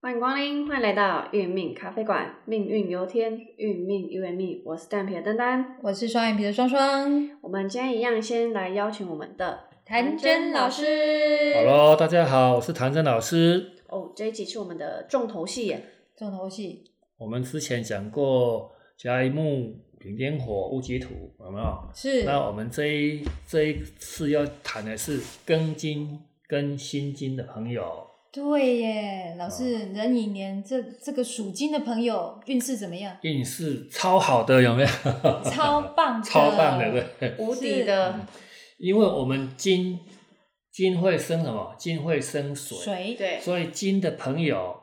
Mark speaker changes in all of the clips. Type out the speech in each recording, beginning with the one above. Speaker 1: 欢迎光临，欢迎来到运命咖啡馆，命运由天，运命由命。我是蛋皮的丹丹，
Speaker 2: 我是双眼皮的双双，
Speaker 1: 我们今天一样先来邀请我们的
Speaker 2: 谭真老师。
Speaker 3: h e 大家好，我是唐真老师。
Speaker 1: 哦，这一集是我们的重头戏耶。
Speaker 2: 重头戏，
Speaker 3: 我们之前讲过甲乙木、丙丁火、戊己土，有没有？
Speaker 2: 是
Speaker 3: 那我们这一这一次要谈的是庚金跟辛金的朋友。？
Speaker 2: 对耶，老师，壬寅年这这个属金的朋友运势怎么样
Speaker 3: 运势超好的，有没有？
Speaker 2: 超棒的，
Speaker 3: 超棒的，对。
Speaker 1: 无敌的，
Speaker 3: 因为我们金金会生什么？金会生水，
Speaker 2: 水
Speaker 1: 对，
Speaker 3: 所以金的朋友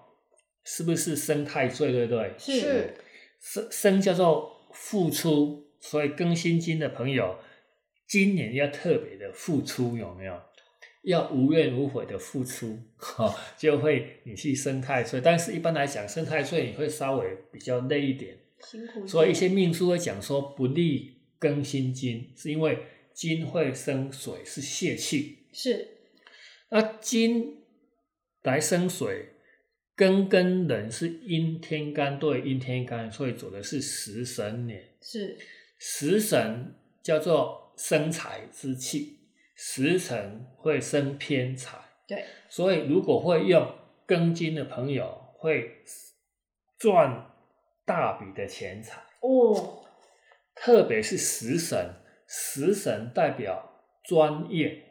Speaker 3: 是不是生太岁？对不对？
Speaker 2: 是
Speaker 1: 是
Speaker 3: 生生叫做付出，所以更新金的朋友，今年要特别的付出，有没有？要无怨无悔的付出，哈、就会你去生太岁。但是一般来讲，生太岁你会稍微比较累一点，
Speaker 1: 辛苦。
Speaker 3: 所以一些命书会讲说不利更新金，是因为金会生水，是泄气。
Speaker 2: 是
Speaker 3: 那金来生水，庚跟壬是阴天干对阴天干，所以走的是食神年。
Speaker 2: 是
Speaker 3: 食神叫做生财之气，食神会生偏财，
Speaker 2: 对，
Speaker 3: 所以如果会用庚金的朋友会赚大笔的钱财，
Speaker 1: 哦，
Speaker 3: 特别是食神，食神代表专业。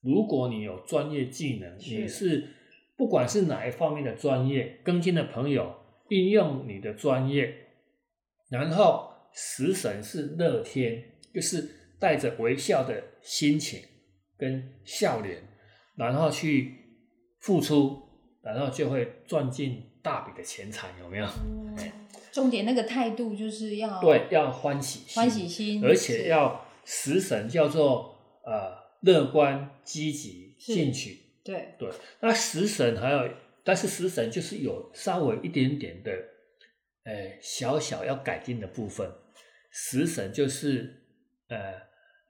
Speaker 3: 如果你有专业技能，
Speaker 1: 是
Speaker 3: 你是不管是哪一方面的专业，跟进的朋友运用你的专业，然后食神是乐天，就是带着微笑的心情跟笑脸，然后去付出，然后就会赚进大笔的钱财，有没有？
Speaker 1: 哦
Speaker 2: 重点那个态度就是要
Speaker 3: 对，要欢喜心
Speaker 2: 欢喜心，
Speaker 3: 而且
Speaker 2: 是
Speaker 3: 要食神叫做呃乐观、积极、
Speaker 2: 是
Speaker 3: 进取。
Speaker 2: 对
Speaker 3: 对，那食神还有，但是食神就是有稍微一点点的，呃，小小要改进的部分。食神就是呃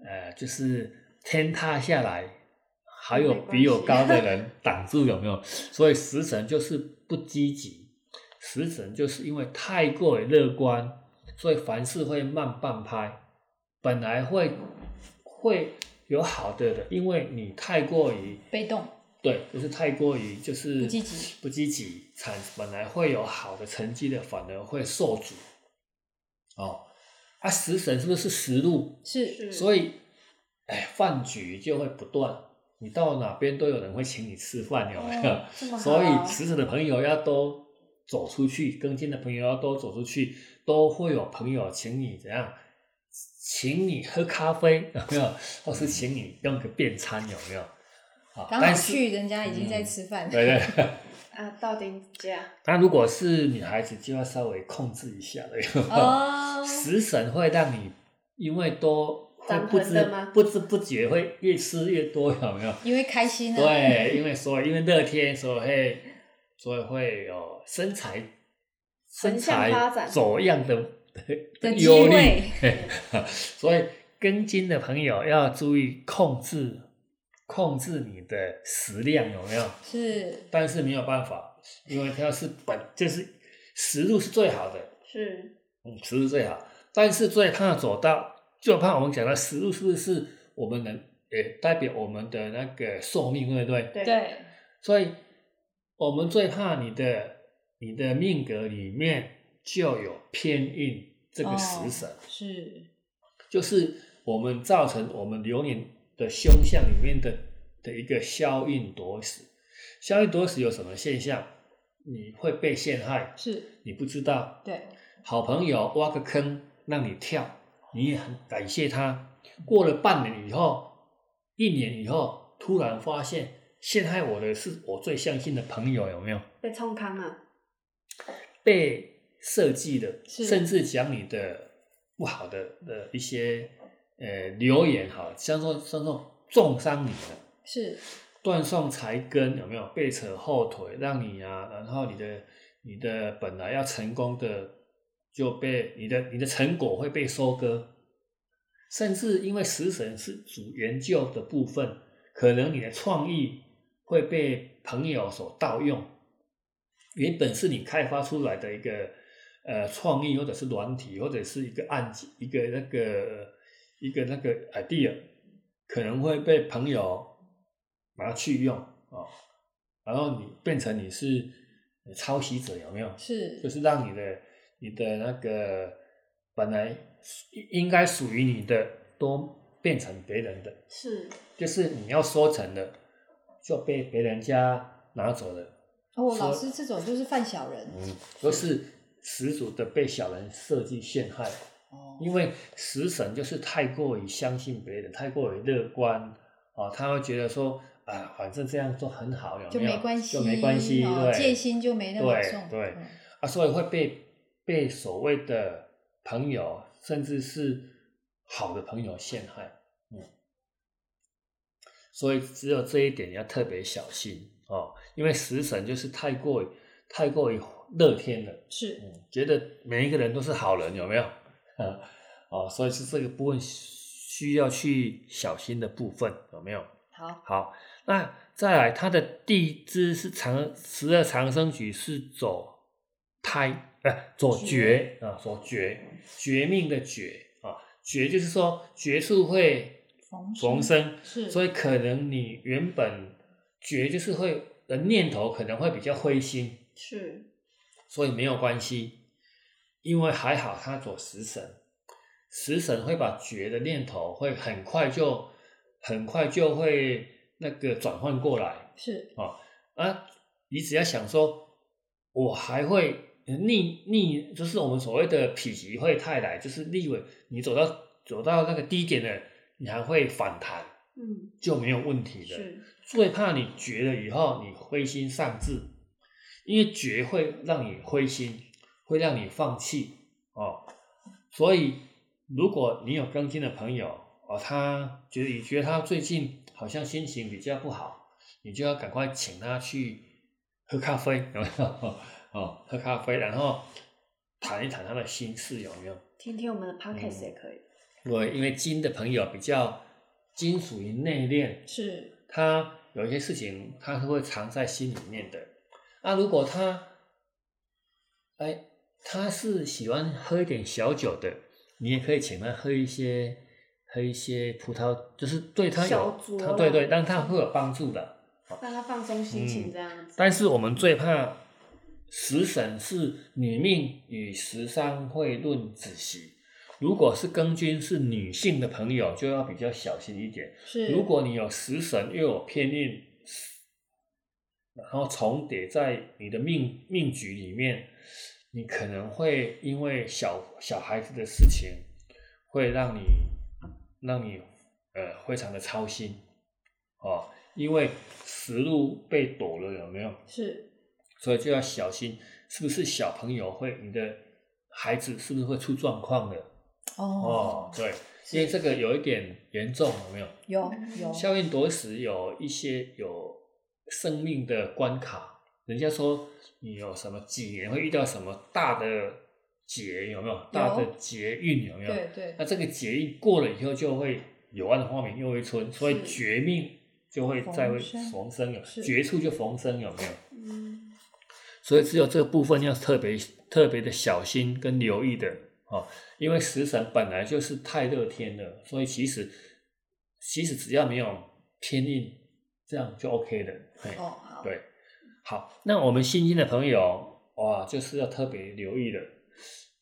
Speaker 3: 呃，就是天塌下来还有比我高的人挡住，有没有？所以食神就是不积极，食神就是因为太过于乐观，所以凡事会慢半拍。本来会会有好的的，因为你太过于
Speaker 2: 被动
Speaker 3: 对，就是太过于就是
Speaker 2: 不积极，
Speaker 3: 不积极，产本来会有好的成绩的，反而会受阻。哦，啊，食神是不是食禄？
Speaker 2: 是
Speaker 3: 所以，哎，饭局就会不断，你到哪边都有人会请你吃饭，有没有？
Speaker 2: 哦这么好
Speaker 3: 所以食神的朋友要多走出去，跟进的朋友要多走出去，都会有朋友请你怎样，请你喝咖啡，有没有？或是请你用个便餐，有没有？啊，
Speaker 2: 刚好
Speaker 3: 但是嗯
Speaker 2: 去人家已经在吃饭，
Speaker 3: 对对。
Speaker 1: 啊，到顶家，
Speaker 3: 那如果是女孩子，就要稍微控制一 下了。
Speaker 2: 哦，
Speaker 3: 食神会让你因为多会
Speaker 1: 长
Speaker 3: 不
Speaker 1: 横的
Speaker 3: 知
Speaker 1: 吗
Speaker 3: 不知不觉会越吃越多，有 没有？
Speaker 2: 因为开心啊，，
Speaker 3: 对，因为所以因为乐天，所以会所以会有身材身
Speaker 1: 横向发展
Speaker 3: 材走样的
Speaker 2: 的机
Speaker 3: 忧虑
Speaker 2: 会，
Speaker 3: 所以跟金的朋友要注意控制控制你的食量，有没有？
Speaker 2: 是
Speaker 3: 但是没有办法，因为它要是本就是食入是最好的，
Speaker 1: 是
Speaker 3: 嗯，食入最好。但是最怕走到，就怕我们讲到食入是不是我们能也代表我们的那个寿命，对不对？
Speaker 1: 对
Speaker 2: 对
Speaker 3: 所以我们最怕你的你的命格里面就有偏印这个食神，
Speaker 2: 哦是
Speaker 3: 就是我们造成我们流年的凶相里面的的一个消印夺食。消印夺食有什么现象？你会被陷害，
Speaker 2: 是，
Speaker 3: 你不知道。
Speaker 2: 对
Speaker 3: 好朋友挖个坑让你跳，你也很感谢他。过了半年以后，一年以后，突然发现陷害我的是我最相信的朋友，有没有？
Speaker 1: 被冲康啊，
Speaker 3: 被设计的，
Speaker 2: 是
Speaker 3: 甚至讲你的不好的的一些呃留言，好，像说像说重伤你的，
Speaker 2: 是
Speaker 3: 断送财根，有没有被扯后腿，让你啊，然后你的你的本来要成功的就被你的你的成果会被收割，甚至因为食神是主研究的部分，可能你的创意会被朋友所盗用，原本是你开发出来的一个呃创意，或者是软体，或者是一个案件，一个那个一个那个 idea，可能会被朋友拿去用啊、哦，然后你变成你是抄袭者，有没有？就是是让你的你的那个本来应应该属于你的，都变成别人的，
Speaker 1: 是
Speaker 3: 就是你要收成的，就被别人家拿走了。
Speaker 2: 哦，
Speaker 3: 说
Speaker 2: 老师这种就是犯小人。
Speaker 3: 嗯，都是十足的被小人设计陷害，
Speaker 2: 哦，
Speaker 3: 因为食神就是太过于相信别人，太过于乐观啊、他会觉得说啊，反正这样做很好，有
Speaker 2: 就
Speaker 3: 没
Speaker 2: 没
Speaker 3: 有
Speaker 2: 关系，
Speaker 3: 就没关系，
Speaker 2: 哦
Speaker 3: 对，
Speaker 2: 戒心就没那么
Speaker 3: 对
Speaker 2: 重。
Speaker 3: 对
Speaker 2: 嗯
Speaker 3: 啊，所以会被被所谓的朋友，甚至是好的朋友陷害。嗯，所以只有这一点你要特别小心哦，因为食神就是太过于太过于乐天了。
Speaker 2: 是
Speaker 3: 嗯，觉得每一个人都是好人，有没有？ 嗯，哦，所以是这个部分需要去小心的部分，有没有？
Speaker 2: 好，
Speaker 3: 好，那再来，它的地支是长十二长生局是走胎，呃，走
Speaker 2: 绝
Speaker 3: 绝啊，走绝，绝命的绝啊，绝就是说绝处会
Speaker 2: 逢
Speaker 3: 逢生，
Speaker 2: 是，
Speaker 3: 所以可能你原本绝就是会的念头可能会比较灰心，
Speaker 1: 是
Speaker 3: 所以没有关系，因为还好他走食神，食神会把觉的念头会很快就很快就会那个转换过来
Speaker 2: 是
Speaker 3: 啊，你只要想说，我还会逆逆，就是我们所谓的否极会泰来，就是逆位，你走到走到那个低点了，你还会反弹，
Speaker 1: 嗯
Speaker 3: 就没有问题的。
Speaker 1: 是
Speaker 3: 最怕你绝了以后你灰心丧志，因为绝会让你灰心，会让你放弃哦。所以，如果你有跟进的朋友哦，他觉得你觉得他最近好像心情比较不好，你就要赶快请他去喝咖啡，有没有？ 哦，喝咖啡，然后谈一谈他的心事，有没有？
Speaker 1: 听听我们的 podcast
Speaker 3: 嗯
Speaker 1: 也可以，
Speaker 3: 对，因为金的朋友比较金属于内敛，
Speaker 2: 是
Speaker 3: 他有一些事情他是会藏在心里面的。那、如果他，哎，他是喜欢喝一点小酒的，你也可以请他喝一些喝一些葡萄，就是对他
Speaker 1: 小
Speaker 3: 有
Speaker 1: 酌啊
Speaker 3: 他对对，
Speaker 1: 啦
Speaker 3: 让他会有帮助的。
Speaker 1: 让他放松心情这样子。
Speaker 3: 但是我们最怕食神是女命与食伤会论子息，如果是庚君是女性的朋友，就要比较小心一点。
Speaker 2: 是。
Speaker 3: 如果你有食神又有偏印，然后重叠在你的命命局里面，你可能会因为小小孩子的事情，会让你让你呃非常的操心哦，因为食路被躲了，有没有？
Speaker 2: 是
Speaker 3: 所以就要小心，是不是小朋友会你的孩子是不是会出状况的？
Speaker 2: 哦
Speaker 3: 哦，，对，因为这个有一点严重，有没有？
Speaker 2: 有有
Speaker 3: 校园夺食有一些有生命的关卡，人家说你有什么几年会遇到什么大的劫，有没有？大的劫运有没有？
Speaker 2: 对对
Speaker 3: 那这个劫运过了以后，就会柳暗花明又一村，所以
Speaker 1: 是
Speaker 3: 绝命就会再会
Speaker 2: 逢生
Speaker 3: 逢生有，
Speaker 2: 是
Speaker 3: 绝处就逢生有没有？
Speaker 1: 嗯，
Speaker 3: 所以只有这个部分要特别特别的小心跟留意的哦，因为食神本来就是太乐天了，所以其实其实只要没有偏硬，这样就 OK 的。嘿
Speaker 2: 哦好
Speaker 3: 对，好，那我们新进的朋友哇，就是要特别留意的。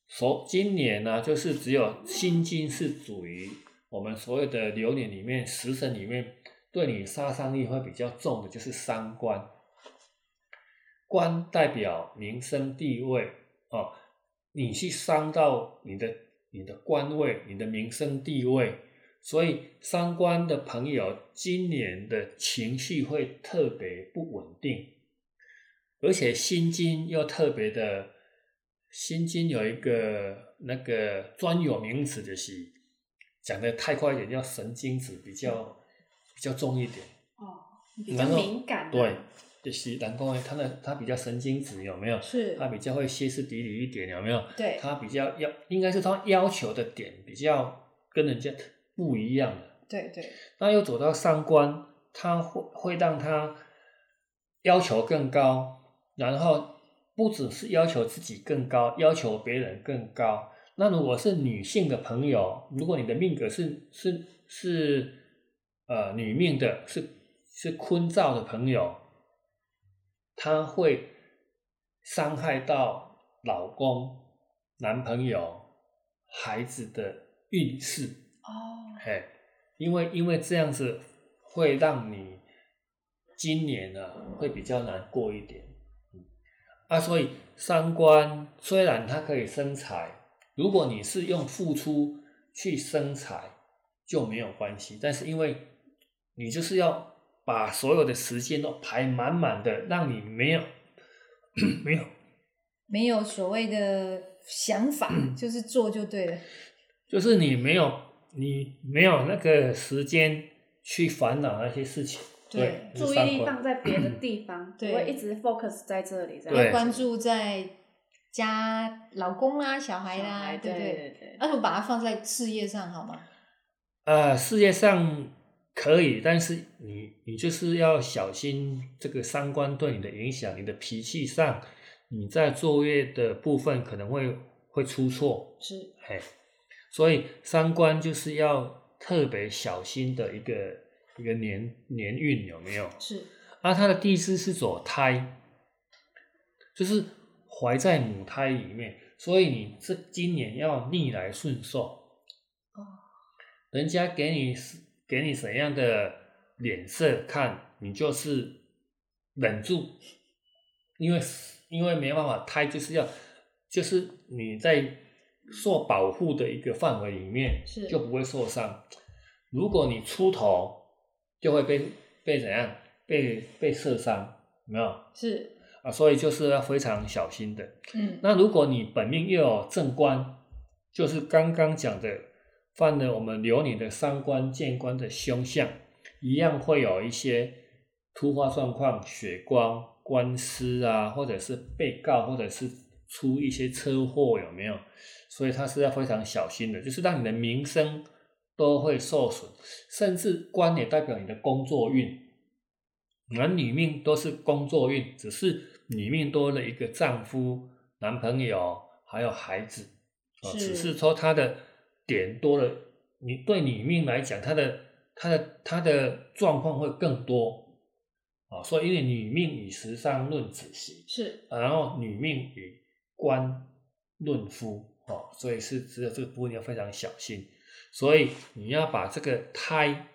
Speaker 3: 所今年呢、就是只有新金是属于我们所有的流年里面，食神里面对你杀伤力会比较重的，就是三官。官代表民生地位哦，你去伤到你的你的官位、你的民生地位，所以三观的朋友今年的情绪会特别不稳定，而且心经又特别的，心经有一个那个专有名词，就是讲的太快一点，叫神经质，比较比较重一点。
Speaker 1: 哦，比较敏感、啊，
Speaker 3: 对，就是南宫他的他比较神经质，有没有？
Speaker 2: 是
Speaker 3: 他比较会歇斯底里一点，有没有？
Speaker 2: 对
Speaker 3: 他比较要，应该是他要求的点比较跟人家不一样的。
Speaker 2: 对对
Speaker 3: 那又走到上官，他会会让他要求更高，然后不只是要求自己更高，要求别人更高。那如果是女性的朋友，如果你的命格是是是呃女命的，是是坤兆的朋友，她会伤害到老公、男朋友、孩子的运势，
Speaker 2: 哦，
Speaker 3: 嘿，因为因为这样子会让你今年呢、会比较难过一点。嗯啊，所以三观虽然它可以生财，如果你是用付出去生财就没有关系，但是因为你就是要把所有的时间都排满满的，让你没有没有
Speaker 2: 没有所谓的想法，就是做就对 了。
Speaker 3: 就是你没有你没有那个时间去烦恼那些事情，
Speaker 2: 对
Speaker 3: 就是
Speaker 1: 注意
Speaker 3: 三
Speaker 1: 力
Speaker 3: 观
Speaker 1: 放在别的地 方，不
Speaker 2: 对
Speaker 1: 会一直 focus 在这里，这
Speaker 3: 对
Speaker 2: 要
Speaker 1: 样
Speaker 2: 关注在家、老公啦、小孩
Speaker 1: 小
Speaker 2: 啦，
Speaker 1: 孩
Speaker 2: 对
Speaker 1: 对
Speaker 2: 不对？
Speaker 1: 对
Speaker 2: 那我把它放在事业上好吗？
Speaker 3: 呃，世界上可以，但是你你就是要小心这个三观对你的影响，你的脾气上，你在作业的部分可能会会出错，
Speaker 2: 是
Speaker 3: 嘿，所以三观就是要特别小心的一个一个年年运有没有？
Speaker 2: 是，
Speaker 3: 啊，他的地支是左胎，就是怀在母胎里面，所以你这今年要逆来顺受。
Speaker 2: 哦，
Speaker 3: 人家给你是给你怎样的脸色看，你就是忍住，因为因为没办法，胎就是要就是你在受保护的一个范围里面，
Speaker 2: 是
Speaker 3: 就不会受伤。如果你出头，就会被被怎样被被射伤，有没有
Speaker 2: 是，
Speaker 3: 啊？所以就是要非常小心的。
Speaker 2: 嗯，
Speaker 3: 那如果你本命又有正官，就是刚刚讲的犯了我们流年的伤官、见官的凶相，一样会有一些突发状况、血光、官司啊，或者是被告，或者是出一些车祸，有没有？所以他是要非常小心的，就是让你的名声都会受损，甚至官也代表你的工作运。男女命都是工作运，只是女命多了一个丈夫、男朋友，还有孩子。哦，
Speaker 2: 是
Speaker 3: 只是说他的点多了，你对女命来讲，他的他的他的状况会更多。啊、所以因为女命以时尚论子息，
Speaker 2: 是
Speaker 3: 然后女命与官论夫哦，所以是只有这个部分要非常小心，所以你要把这个胎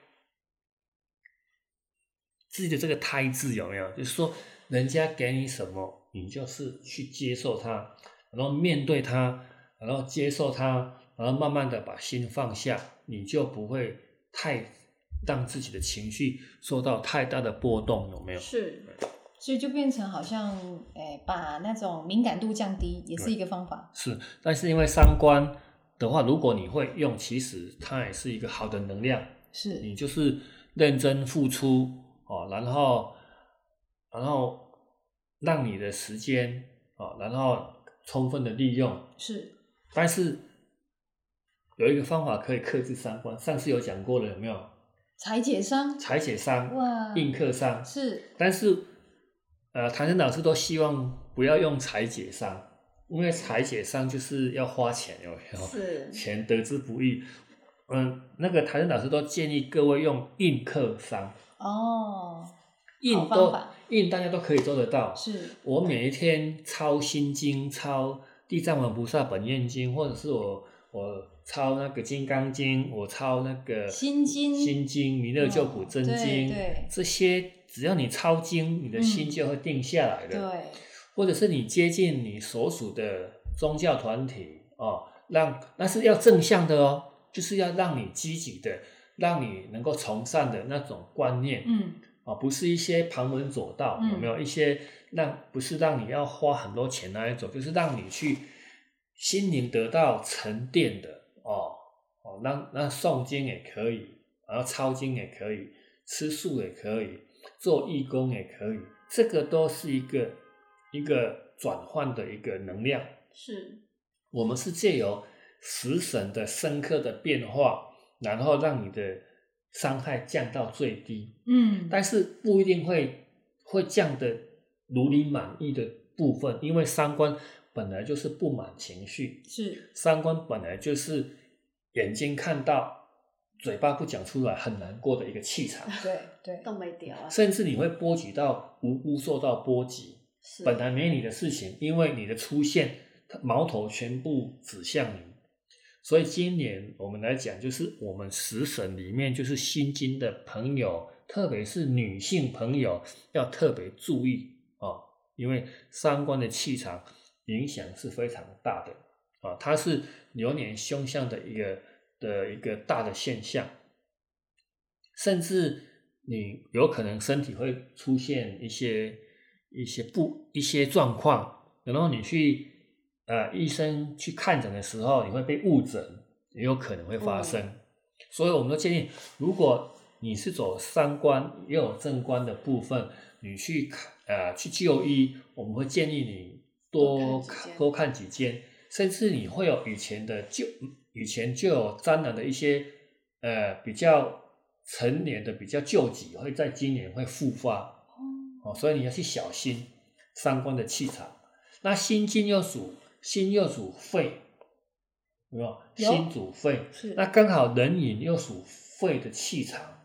Speaker 3: 自己的这个胎字有没有，就是说人家给你什么，你就是去接受它，然后面对它，然后接受它，然后慢慢的把心放下，你就不会太让自己的情绪受到太大的波动，有没有？
Speaker 1: 是
Speaker 2: 所以就变成好像，诶、把那种敏感度降低，也是一个方法。
Speaker 3: 是，但是因为三观的话，如果你会用，其实它也是一个好的能量。
Speaker 2: 是
Speaker 3: 你就是认真付出哦，然后然后让你的时间哦，然后充分的利用。
Speaker 2: 是，
Speaker 3: 但是有一个方法可以克制三观，上次有讲过了，有没有？
Speaker 2: 裁解伤，
Speaker 3: 裁解伤、
Speaker 2: 哇，
Speaker 3: 印刻伤，
Speaker 2: 是
Speaker 3: 但是，呃，唐生老师都希望不要用裁解伤，因为裁解伤就是要花钱，有没有？
Speaker 1: 是
Speaker 3: 钱得之不易。嗯，那个唐生老师都建议各位用印刻伤，
Speaker 2: 哦，
Speaker 3: 印
Speaker 2: 方
Speaker 3: 都
Speaker 2: 法
Speaker 3: 印大家都可以做得到。
Speaker 2: 是
Speaker 3: 我每一天抄心经、抄地藏王菩萨本愿经，或者是我我抄那个金刚经，我抄那个
Speaker 2: 心经
Speaker 3: 心经、弥勒救苦真
Speaker 2: 哦对
Speaker 3: 经，
Speaker 2: 对
Speaker 3: 这些只要你抄经，你的心
Speaker 2: 嗯
Speaker 3: 就会定下来的。
Speaker 2: 对，
Speaker 3: 或者是你接近你所属的宗教团体哦，让那是要正向的哦，就是要让你积极的，让你能够崇尚的那种观念。
Speaker 2: 嗯，
Speaker 3: 啊，不是一些旁门左道，有没有一些让不是让你要花很多钱那一种，就是让你去心灵得到沉淀的哦哦，那那诵经也可以，然后抄经也可以，吃素也可以，做义工也可以，这个都是一个一个转换的一个能量。
Speaker 1: 是
Speaker 3: 我们是借由食神的深刻的变化，然后让你的伤害降到最低。
Speaker 2: 嗯，
Speaker 3: 但是不一定会会降的如你满意的部分，因为三观本来就是布满情绪，
Speaker 2: 是
Speaker 3: 三观本来就是眼睛看到，嘴巴不讲出来很难过的一个气场，
Speaker 2: 对对，
Speaker 1: 冻没掉啊，
Speaker 3: 甚至你会波及到无辜受到波及，
Speaker 1: 是
Speaker 3: 本来没你的事情，因为你的出现，矛头全部指向你。所以今年我们来讲，就是我们十神里面，就是心经的朋友，特别是女性朋友，要特别注意哦，因为三观的气场影响是非常大的啊、哦它是流年凶相的一个的一个大的现象，甚至你有可能身体会出现一些一些不一些状况，然后你去呃医生去看诊的时候，你会被误诊，也有可能会发生。所以我们都建议，如果你是走三观也有正观的部分，你去看呃去就医，我们会建议你多
Speaker 1: 多看几间
Speaker 3: 多看几间，甚至你会有以前的就以前就有沾染的一些呃比较成年的比较旧疾，会在今年会复发。哦，所以你要去小心三观的气场。那心经又属心又属肺，有没有？
Speaker 2: 有
Speaker 3: 心主肺，
Speaker 2: 是
Speaker 3: 那刚好人影又属肺的气场，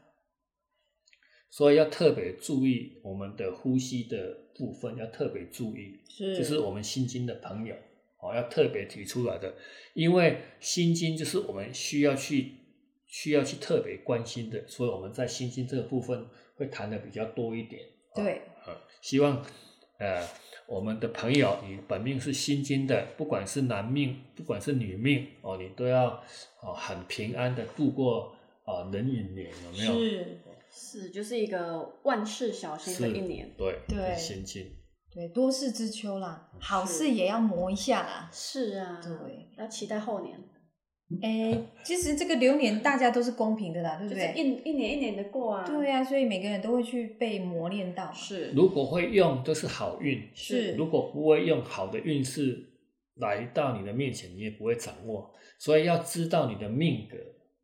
Speaker 3: 所以要特别注意我们的呼吸的部分，要特别注意。
Speaker 2: 是
Speaker 3: 就是我们心经的朋友哦，要特别提出来的，因为心经就是我们需要去需要去特别关心的，所以我们在心经这个部分会谈的比较多一点。哦
Speaker 2: 对，
Speaker 3: 呃希望呃我们的朋友，你本命是心经的，不管是男命，不管是女命哦，你都要哦很平安的度过啊壬寅年，有没有？
Speaker 2: 是，
Speaker 1: 是就是一个万事小心的一年，
Speaker 3: 对
Speaker 2: 对
Speaker 3: 心经
Speaker 2: 对，多事之秋啦，好
Speaker 1: 是
Speaker 2: 事也要磨一下啦。
Speaker 1: 是啊，
Speaker 2: 对，
Speaker 1: 要期待后年，
Speaker 2: 哎，其实这个流年大家都是公平的啦，对
Speaker 1: 就
Speaker 2: 不
Speaker 1: 是
Speaker 2: 对？
Speaker 1: 一一年一年的过啊，
Speaker 2: 对呀、啊所以每个人都会去被磨练到嘛。
Speaker 1: 是
Speaker 3: 如果会用都是好运，
Speaker 2: 是
Speaker 3: 如果不会用好的运势来到你的面前，你也不会掌握。所以要知道你的命格，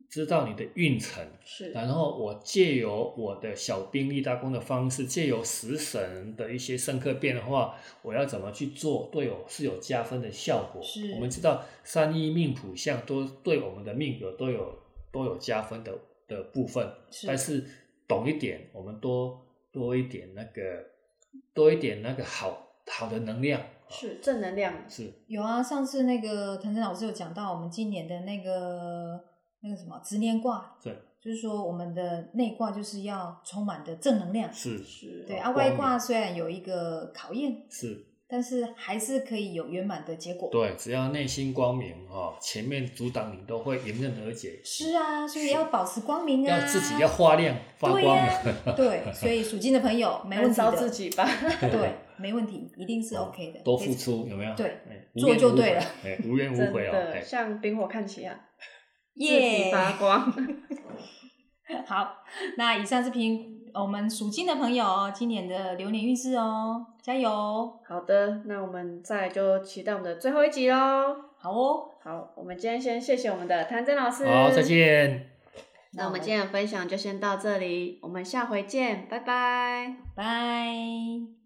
Speaker 3: 知道你的运程，
Speaker 1: 是
Speaker 3: 然后我借由我的小兵立大功的方式，借由食神的一些深刻变化，我要怎么去做，对我是有加分的效果。
Speaker 2: 是
Speaker 3: 我们知道三一命谱相都对我们的命格都有都有加分的的部分，
Speaker 2: 是
Speaker 3: 但是懂一点，我们多多一点那个多一点那个好好的能量
Speaker 1: 是正能量，
Speaker 3: 是
Speaker 2: 有啊，上次那个谭晨老师有讲到我们今年的那个那个什么执念卦，
Speaker 3: 对，
Speaker 2: 就是说我们的内卦就是要充满的正能量。
Speaker 3: 是
Speaker 1: 是
Speaker 2: 对
Speaker 3: 哦
Speaker 2: 啊，
Speaker 3: 光
Speaker 2: 外卦
Speaker 3: 明
Speaker 2: 虽然有一个考验，
Speaker 3: 是，
Speaker 2: 但是还是可以有圆满的结果。，
Speaker 3: 对，只要内心光明哦，前面阻挡你都会迎刃而解。
Speaker 2: 是啊，所以要保持光明啊，
Speaker 3: 要自己要发亮发光啊
Speaker 2: 对呀、
Speaker 3: 了，
Speaker 2: 对，所以属金的朋友没问题
Speaker 1: 燃烧
Speaker 2: 的，
Speaker 1: 自己吧，
Speaker 2: 对，没问题，一定是 OK 的，
Speaker 3: 多付出有没有？
Speaker 2: 对
Speaker 3: 哎，
Speaker 2: 做就对了
Speaker 3: 无怨无悔，哎，无怨
Speaker 1: 真
Speaker 3: 无悔哦，
Speaker 1: 的
Speaker 3: 哎，
Speaker 1: 像冰火看齐啊，自
Speaker 2: 耶
Speaker 1: 己发光，
Speaker 2: 好，那以上是评呃我们属金的朋友哦，今年的流年运势哦，加油哦！
Speaker 1: 好的，那我们再就期待我们的最后一集喽。
Speaker 2: 好哦，
Speaker 1: 好，我们今天先谢谢我们的谭真老师，
Speaker 3: 好，再。见。
Speaker 1: 那我们今天的分享就先到这里，我们下回见，拜拜。
Speaker 2: 拜。